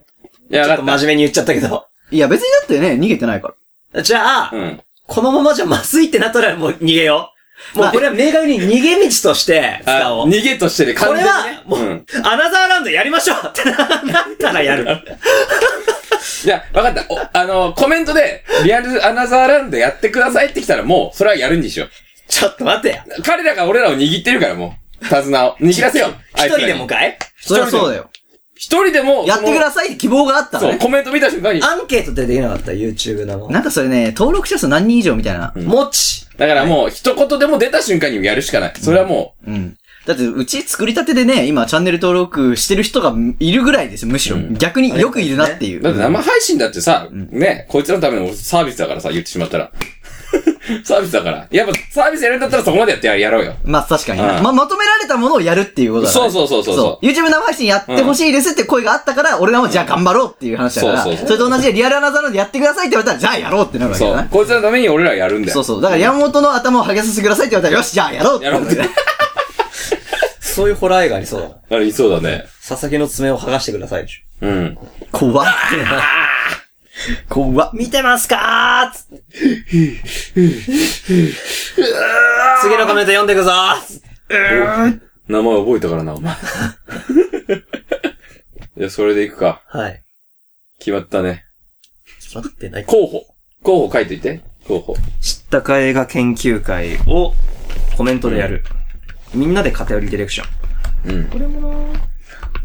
S1: いや、
S2: ちょ
S1: 分
S2: っと
S1: かっ
S2: 真面目に言っちゃったけど。 (laughs)
S3: いや、別にだってね、逃げてないから。
S2: じゃあ、
S1: た。うん。
S2: このままじゃまずいってなったらもう逃げよう。もうこれは明確に逃げ道として使
S1: あ
S2: おう。
S1: 逃げとしてね、
S2: こ
S1: 完
S2: れ
S1: 全に
S2: は
S1: ね、。
S2: もう、
S1: うん。
S2: アナザーラウンドやりましょうってなったらやる。
S3: (laughs)
S1: いや、分かった。おあの、コメントで、リアルアナザーラウンドやってくださいって来たら、もう、それはやるんでしょ。
S2: ちょっと待ってよ。
S1: 彼らが俺らを握ってるから、もう。手綱を。握らせよう。
S2: 一人で
S1: あい
S2: も
S1: つらに。
S2: かい
S3: そりゃそうだよ。
S1: 一人でも、
S3: やってくだ
S1: さ
S3: さいって希望があったら
S1: そう、
S3: ね。
S1: コメント見た瞬間に。だ
S2: アンケートでできなかった YouTube なの。
S3: なんかそれね、登録者数何人以上みたいな。
S2: もち。
S1: からもう、一言でも出た瞬間にやるしかない。それはも、
S3: うん。だって、うち作りたてでね、今チャンネル登録してる人がいるぐらいですよ、むしろ。逆によくいるなっていうう。
S1: だって生配信だってさ、ね、こいつらのためのサービスだからさ、言ってしまったら。 (laughs) サービスだから。やっぱサービスやるんだったらそこまでやってややろうよ。
S3: まあ確かにな、
S1: うん
S3: ま、まとめられたものをやるっていうことだ、ね。。
S1: そうそうそうそうそう
S3: YouTube 生配信やってほしいですって声があったから、俺らもじゃあ頑張ろうっていう話だから、
S1: そうそうそう
S3: れと同じでリアルアナザーのでやってくださいって言われたら、じゃあやろうってなるわけ
S1: そ
S3: だ
S1: う
S3: な。。
S1: こいつらのために俺らやるんだよ。
S3: そうそう。だから山本の頭を剥げさせてくださいって言われたら、よし、じゃあやろうって
S1: やろうって。
S2: そういうホラー映画ありそうだな。
S1: ありそうだね。
S2: 佐々木の爪を剥がしてくださいでしょ。
S1: うん。
S3: 怖っ。怖っ。
S2: 見てますかーつって次のコメント読んでくぞー
S1: 名前覚えたからな、お (laughs) 前。いや、それでいくか。
S2: はい。
S1: 決まったね。
S2: 決まってない。
S1: 候補。候補書いといて。候補。
S2: 知ったか映画研究会をコメントでやる。みんなで偏りディレクション。
S1: うん。
S2: これもなー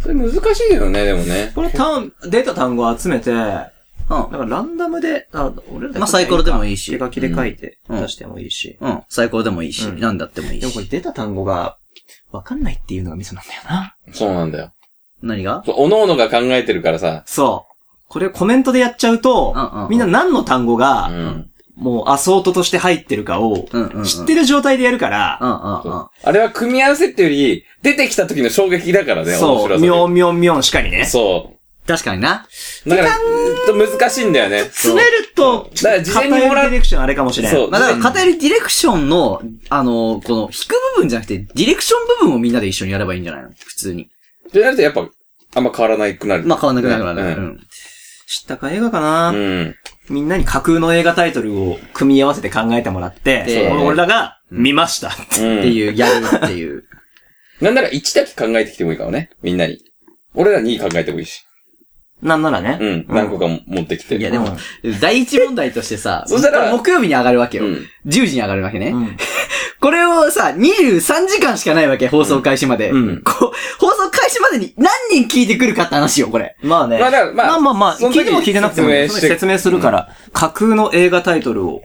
S1: それ難しいよね、でもね。
S2: これ単、出た単語を集めて、なん
S3: うん。
S2: かランダムで、あ、俺らで
S3: まあサイコロでもいいし
S2: 手書きで書いて
S3: うん
S2: 出してもいいし。
S3: うん。最高でもいいし、
S2: うん
S3: 何だってもいい
S2: でもこれ
S3: し。
S2: 出た単語が、わかんないっていうのがミソなんだよな。
S1: そうなんだよ。
S3: 何が
S1: そうおのおのが考えてるからさ。
S2: そう。これコメントでやっちゃうと
S3: うんうんうん、
S2: みんな何の単語
S1: う
S2: が、
S1: ん。
S2: もうアソートとして入ってるかを
S3: うんうんうん、
S2: 知ってる状態でやるから
S3: う、んう
S1: そ
S3: ん。
S1: ううんあれは組み合わせってより、出てきた時の衝撃だからね、面
S2: そ
S1: 白
S2: う、
S1: さ
S2: みょ
S1: で。
S2: んみょんみょんしかにね。
S1: そ
S3: 確かにな。
S1: う。だから、うんと難しいんだよね。
S2: 詰めると、
S1: だから事前にもら
S2: 偏りデ
S1: う
S2: ィレクションあれかもしれん。
S1: そう。
S3: まあ、だから、偏りディレクションの、あのこの、引く部分じゃなくて、ディレクション部分をみんなで一緒にやればいいんじゃないの普通に。
S1: じゃなくて、やっぱ、あんま変わらないくなる。
S3: まあ、変わんなくなるからね。
S1: う
S3: うんん。
S2: 知ったか映画かな、
S1: うん。
S2: みんなに架空の映画タイトルを組み合わせて考えてもらって、
S3: で
S2: 俺俺らが見ました。
S1: うん
S3: っていう、やるって
S2: (laughs)
S3: いう。
S1: なんなら1だけ考えてきてもいいかもね。みんなに。俺ら2考えてもいいし。
S2: なんならね。
S1: うん。何個かも持ってきて。
S3: いや、でも、第一問題としてさ、
S1: そしたら
S3: これ木曜日に上がるわけよ。
S1: うん
S3: 10時に上がるわけね。
S2: うん
S3: これをさ、23時間しかないわけ、放送開始まで。
S2: うん
S1: うん
S3: こう放送開始までに何人聞いてくるかって話よ、これ。
S2: まあね。
S1: まあだからまあ
S2: まあまあまあ
S1: その時
S2: 聞いても聞いてなくても
S1: 説明して
S2: その時説明するから、架空の映画タイトルを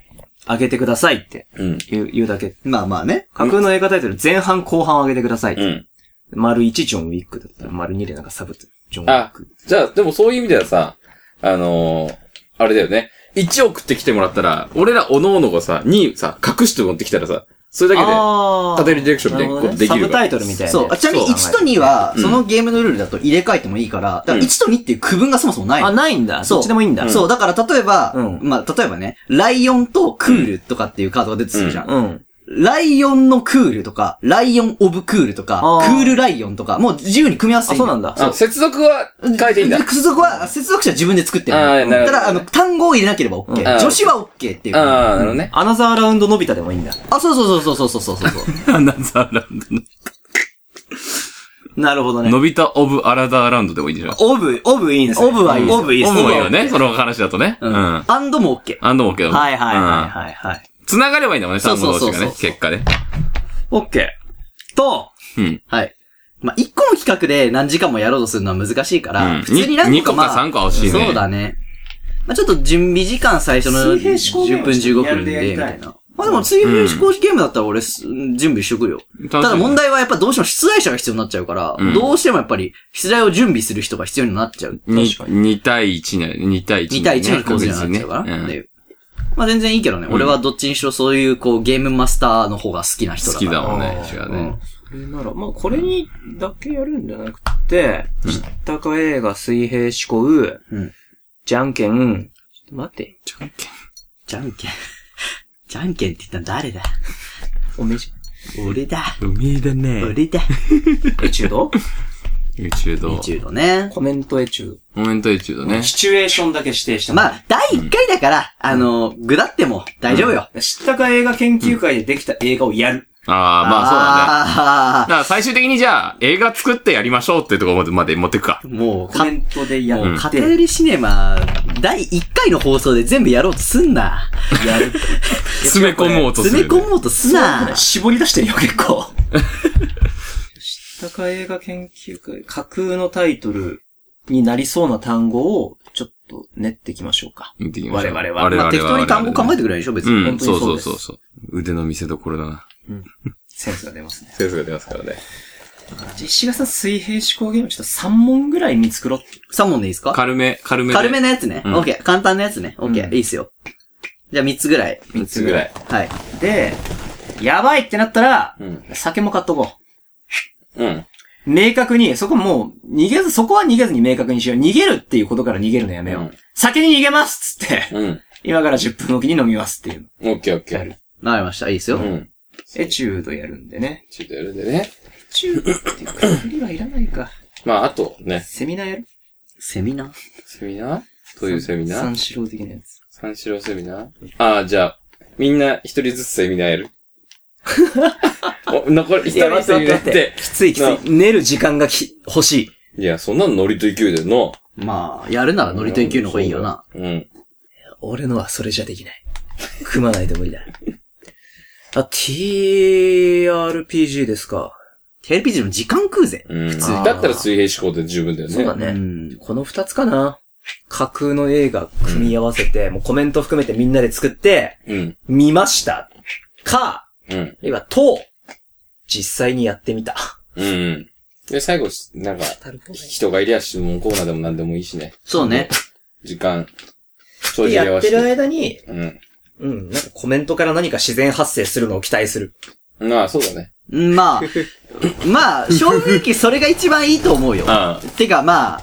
S2: 上げてくださいって
S1: うん。
S2: 言う言うだけ。
S3: まあまあね。
S2: 架空の映画タイトル前半後半を上げてくださいって。
S1: うん。
S2: 丸1ジョンウィックだったら丸2でなんかサブって。ジョンウィッ
S1: あ
S2: ク。、
S1: じゃあ、でもそういう意味ではさ、あのー、あれだよね。1送ってきてもらったら、俺らおのおのがさ、2さ、隠して持ってきたらさ、それだけで、
S2: あー
S1: 偏りディレクションみたいなことでき
S2: な
S1: る
S2: ほどねサブタ
S1: わ
S2: イトルみたいな。
S3: そう。あちなみに1と2は、
S1: うん
S3: そのゲームのルールだと入れ替えてもいいから、だから1と2っていう区分がそもそもないの
S2: あ、ないんだ。
S3: そう
S2: どっちでもいいんだ。
S3: そう、だから例えば、
S2: うん
S3: まあ、例えばね、ライオンとクールとかっていうカードが出てくるじゃん。
S2: うん。
S3: ライオンのクールとか、ライオンオブクールとか
S2: あ、ー
S3: クールライオンとか、もう自由に組み合わせて
S2: あ、
S3: いい
S2: そうなんんだ。
S1: あ、接続は変えていいんだ。
S3: で接続は、接続詞は自分で作ってる
S1: あーなる
S3: の。
S1: ほど
S3: ただ、あの、単語を入れなければ OK。
S2: うん
S3: 女子は OK っていう。あ、
S1: ああ、なるほどね。
S2: アナザーラウンドのび太でもいいんだ。
S3: そうそうそうそうそうそうそうそう。
S4: アナザーラウンド
S3: なるほ
S4: の。
S3: どね。
S4: のび太オブアラザーラウンドでもいいんじゃない
S2: オブ、オブいいんです
S3: オブはいいです
S2: オブいいです
S4: オブもいいよね。その話だとね。う。
S3: うんん
S4: ア。
S3: アンドも OK。
S4: ンドも OK だもん
S3: はいはいは
S4: い。
S3: いはいはい。
S4: 繋がればいいんだもんね、
S3: そう
S4: 単語
S3: そうそ
S4: 同士が
S3: うそう
S4: ね。結果ね。
S2: オッケー。と、
S4: うん。
S3: はい。まあ、一個の企画で何時間もやろうとするのは難しいか
S4: う
S3: ら、
S4: ん
S3: 普通に何
S4: に
S3: 個
S4: 二個
S3: まあ、
S4: か三個は欲しいね
S3: そうだね。まあ、ちょっと準備時間最初の
S2: 水平思考ゲーム
S3: 10分15分
S2: やり
S3: で、み
S2: た
S3: た
S2: い
S3: いな。まあ、でも水平思考ゲームだったら俺す、準備しとくよ。ただ問
S4: 題
S3: 題はやっぱどうしても出題者が必要になっちゃうから、
S4: うん
S3: どうしてもやっぱり出題を準備する人が必要になっちゃう。
S4: に
S2: 確か
S4: 2対1ね、2対1、ね。
S3: 2対1の構図になっちゃうから。
S4: 確実にね
S3: でまあ全然いいけどね、俺はどっちにしろそういうこうゲームマスターの方が好きな人
S4: うん好
S3: だか
S4: き
S3: ら。
S4: だもんね
S2: あ、ー
S4: 違う
S3: う
S4: ね
S3: ん。。
S2: なら、まあ、これにだけやるんじゃなくて、知ったか映画、水平思考、
S3: うん。
S2: じゃんけん、ちょっと待って、
S3: じゃんけん。 (laughs) じゃんけんって言ったの誰だ
S2: おめえじ
S3: 俺だ。
S4: うめえだね。
S3: 俺だ。
S2: ゃん。エチュード
S4: エチュード。
S3: チュードね。
S2: コメントエチュー
S4: コメントエチュード
S2: ド。
S4: ね。
S2: シチュエーションだけ指定して
S3: ま
S2: ま
S3: あ、第1回だから、あの、ぐだっても大丈夫よ。
S2: あ、知ったか映画研究会でできた映画をやる。
S4: ああ、まあそうだね。
S3: あ
S4: だから最終的にじゃあ、映画作ってやりましょうってところまで持ってくか
S3: そうだ。ね。もう、
S2: コ
S3: か
S2: メントでや
S3: もう、
S2: って、
S3: 偏りシネマ、第1回の放送で全部やろうとすんな。
S2: やる。
S4: 詰め込もうとす
S3: 詰
S4: る、
S3: め込もうとすな。
S2: 絞り出してるよ、結構。知ったか映画研究会、架空のタイトルになりそうな単語を、ちょっと練っていきましょうか。
S4: 見ていきましょう
S2: 我々は
S4: 我々
S3: まあ、適当に単語考え
S4: て
S3: てくれるでしょ、別
S4: う
S3: に。
S4: ん、そうそうそうそう。腕の見せ所だな。
S2: センスが出ますね。
S1: センスが出ますからね。
S2: じゃあ石賀さん、水平思考ゲーム、ちょっと3問ぐらい見繕って。
S3: 3問でいいですか
S4: 軽め、軽めで。
S3: 軽めのやつね。
S4: うん
S3: オッケー。簡単なやつね。オッケ
S2: う
S3: ー。
S2: ん
S3: いいっすよ。じゃあ3つぐらい。
S1: 3つぐらい。
S3: はい。
S2: で、やばいってなったら、
S1: うん。
S2: 酒も買っとこ
S1: うん。
S2: う。明確に、そこもう、逃げず、そこは逃げずに明確にしよう。逃げるっていうことから逃げるのやめよう。
S1: うん
S2: 先に逃げますっつって、
S1: うん。
S2: 今から10分おきに飲みますっていうの。
S1: オッケーオッケ
S2: や
S1: ー
S2: る。
S3: わかりました。いいっすよ。
S1: うん。
S2: エチュードやるんでね。
S1: ちょっとやるんでね。
S2: エチュードっていうくくりはいらないか。
S1: まあ、あとね、
S2: セミナーやる
S3: セミナー
S1: セミナーどういうセミナー
S2: 三四郎的なやつ。
S1: 三四郎セミナーああ、じゃあ、みんな一人ずつセミナーや
S2: (laughs)
S1: る。お残り一
S2: いや
S1: 人
S2: 待って
S1: セミナーやっ
S2: 待って
S1: て。
S2: きついきつい。寝る時間がき、欲しい。
S1: いや、そんなのノリと勢いだよ
S3: まあ、やるな
S1: な。
S3: らノリと勢いの方がいいよな。。
S1: うん。
S2: 俺のはそれじゃできない。組まないと無理だ。あ、TRPG ですか。
S3: TRPG の時間食うぜ。
S1: うん。
S2: 通
S1: だったら水平思考で十分だよね。
S2: そうだ
S3: う
S2: ね。
S3: ん。
S2: この二つかな。架空の映画組み合わせて、もうコメント含めてみんなで作って、
S1: うん。
S2: 見ました。か、
S1: うん。
S2: あるいは、と、実際にやって (laughs) みた。
S1: うんうん。で、最後、なんか、人がいりゃ質問コーナーでも何でもいいしね。
S3: そうね。
S1: 時間、帳
S2: で、
S1: 尻合
S2: や
S1: わ
S2: っ
S1: せ
S2: てる
S1: て。
S2: 間に、
S1: うん。
S2: うん、なんかコメントから何か自然発生するのを期待する。
S1: まあ、そうだね。
S3: まあ、まあ、正直それが一番いいと思うよ。
S1: あ
S3: てかまあ、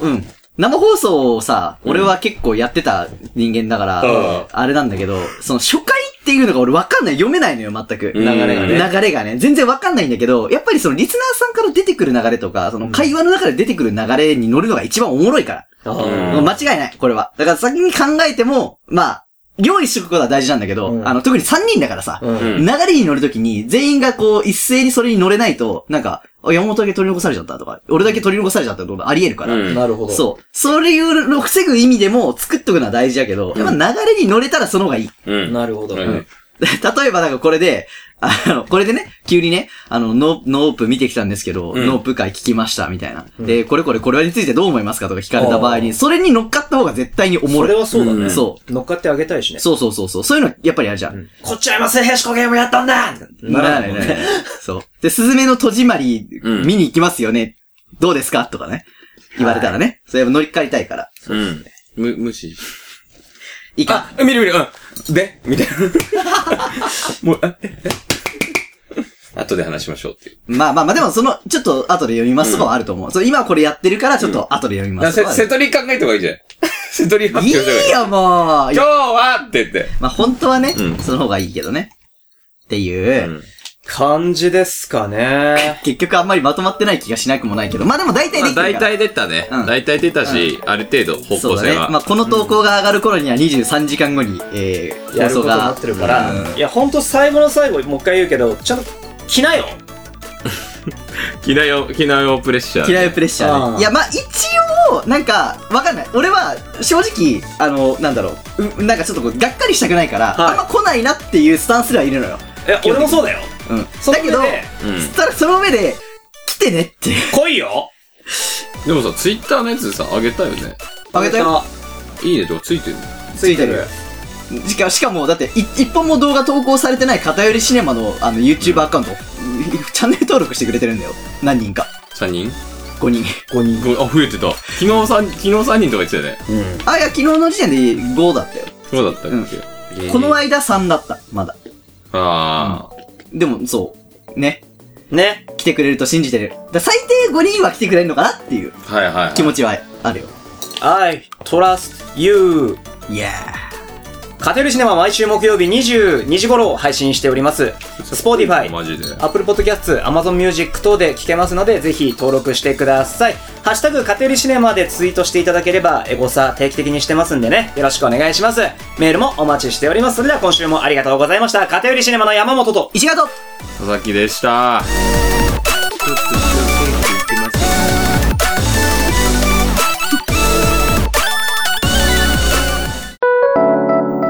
S3: うん。生放送をさ、俺は結構やってた人間だから、
S1: うん
S3: あれなんだけど、その初回っていうのが俺わかんない、読めないのよ、全く。
S1: うん
S3: 流れがね。流れがね。全然わかんないんだけど、やっぱりそのリスナーさんから出てくる流れとか、その会話の中で出てくる流れに乗るのが一番おもろいか
S1: う
S3: ら。
S1: ん
S3: もう間違いない、これは。だから先に考えても、まあ、料理しておくことは大事なんだけど、
S2: うん
S3: あの、特に3人だからさ、
S2: うん
S1: うん
S3: 流れに乗るときに、全員がこう、一斉にそれに乗れないと、なんか、あ山本だけ取り残されちゃったとか、俺だけ取り残されちゃったとか、ありえるか
S1: あ。う
S3: ら。
S1: ん。
S2: なるほど。
S3: そう。それいうのを防ぐ意味でも、作っとくのは大事やけど、やっぱ流れに乗れたらその方がい (laughs) い。
S1: うん。
S2: なるほど。
S1: う
S2: うんん。
S3: 例えば、なんかこれで、あの、これでね、急にね、あの、ノノープ見てきたんですけど、
S1: うん
S3: ノープ会聞きました、みたいな。
S2: うん
S3: で、これこれこれについてどう思いますかとか聞かれた場合
S2: あ
S3: に、
S2: ー
S3: それに乗っかった方が絶対におも
S2: それ
S3: ろい。
S2: はそうだ
S1: う
S2: ね。
S1: ん
S3: そ
S2: 乗っかってあげたいし
S3: う。
S2: ね。
S3: そうそうそうそう。そういうの、やっぱりあるじゃん。
S2: こっちは今、水平思考ゲームやったんだ
S3: ならない
S2: もん
S3: ね。そう。で、スズメの戸締まり、
S1: うん
S3: 見に行きますよね。どうですかとかね。言われたらね。それも乗り換えたいから。
S1: うん。む、無視。
S3: いいか。
S1: あ、見る見る、うん。でみた (laughs) いな。もう、あええ後で話しましょうっていう。
S3: まあまあまあ、でもその、ちょっと後で読みますとかはあると思う。そう今これやってるから、ちょっと後で読みま
S1: だ
S3: すと
S1: せ、
S3: かはあ
S1: せ
S3: る。
S1: とり考えた方がいいじゃ (laughs) ん。せとり発
S3: い
S1: 表した方がいい。
S3: いよ、もう。い
S1: 今日
S3: や
S1: はって言って。
S3: まあ本当はね
S1: う、ん
S3: その方がいいけどね。っていう、
S2: 感じですか
S3: (laughs)
S2: ね。
S3: 結局あんまりまとまってない気がしなくもないけど、まあでも大体
S1: ま
S3: で
S1: あ
S3: きてる
S1: 大
S3: から。
S1: 体出たね。
S3: うん
S1: 大体出たし、ある程度方
S3: そ
S1: 向
S3: うだ
S1: 性
S3: ね。
S1: は。
S3: まあこの投稿が上がる頃には23時間後に、えー、
S2: や
S3: 放
S2: ること
S3: 送
S2: にな
S3: が
S2: っ。てるから。
S3: うん
S2: いや、ほんと最後の最後、もう一回言うけど、ちゃんと着なよ
S1: 機内用、機内用プレッシャー。
S3: 嫌いプレッシャー
S2: あ
S3: ね。
S2: ー
S3: いや、まあ一応、なんか、わかんない。俺は、正直、あの、なんだろう、うなんかちょっとこう、がっかりしたくないから、
S2: はい
S3: あんま来ないなっていうスタンスではいるのよ。
S2: え、俺もそうだよ。
S3: うん。
S2: その
S3: だ
S2: 上
S3: け
S2: で
S3: ど、
S1: うん。
S3: ただその上で、来てね (laughs) って。
S2: 来いよ
S1: でもさ、ツイッターのやつさ、あげたよね。
S3: あげたよ。
S1: いいねとかついてる
S3: ついてる。しかしかも、だって、い一本も動画投稿されてない偏りシネマの、あの、YouTube アカウント、 (laughs) チャンネル登録してくれてるんだよ。何人か。
S1: ?3 人
S3: 5人。
S2: 5人。
S1: ごあ、増えてた。昨日3、昨日3人とか言ってたよね。
S2: うん。
S3: あ、いや、昨日の時点で5だったよ。
S1: そうだったっけ、えー
S3: この間3だった。まだ。
S1: ああ、
S3: でも、そう。ね。
S2: ね。
S3: 来てくれると信じてる。だから最低5人は来てくれるのかなっていう
S1: はいはいはい。
S3: 気持ちはあるよ。
S2: I trust you.
S3: いや
S2: カテルシネマ毎週木曜日22時頃配信しております。Spotify、
S1: マジで。
S2: Apple Podcast、Amazon Music 等で聞けますので、ぜひ登録してください。ハッシュタグ、カテルシネマでツイートしていただければ、エゴサ定期的にしてますんでね、よろしくお願いします。メールもお待ちしております。それでは今週もありがとうございました。カテルシネマの山本と、
S3: ー。石川と
S1: 佐々木でした。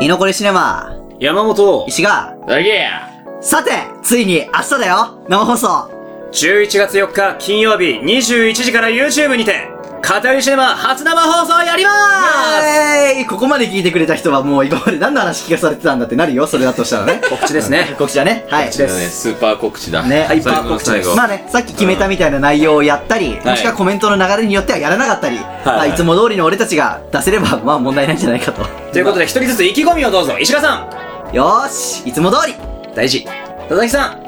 S3: 居残りシネマ、
S2: 山本、
S3: 石川。
S1: だけや
S3: さて、ついに明日だよ生放送
S2: 11月4日金曜日21時から YouTube にて、カテルシネマ初生放送やります
S3: えーいここまで聞いてくれた人はもう今まで何の話聞かされてたんだってなるよ、それだとしたらね。
S2: 告知ですね。
S3: 告知だね。はい。
S2: 知です
S1: ねスーパー告知だ。
S3: ね
S1: 最後の最後。
S3: まあね、さっき決めたみたいな内容をやったり、
S1: ん
S3: もしくはコメントの流れによってはやらなかったり、まあいつも通りの俺たちが出せれば、まあ問題ないんじゃないかと。
S2: ということで一人ずつ意気込みをどうぞ。石川さん、
S3: よーし、いつも通り
S2: 大事。佐々木さん、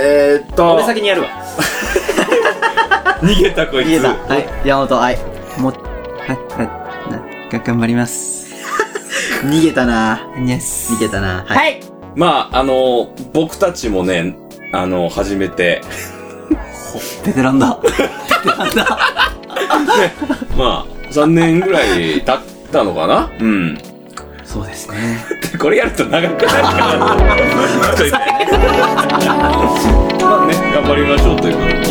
S1: えー、っと
S2: 俺先にやるわ。
S1: 逃げたこい
S3: 言えた。
S1: つ。
S3: (laughs) はい。山本、はい。
S6: も、はい、はい、な、が頑張ります。
S3: (laughs) 逃げたな
S6: ニャス
S3: 逃。げたなはい。
S1: まあ、あの僕たちもね、あの初めて、
S6: ベテランだ。
S1: まあ、3年ぐらい経ったのかなうん。 (laughs)
S6: そうですね。
S1: これやると長くなる (laughs) から。ちょいね。まあね、頑張りましょうということで。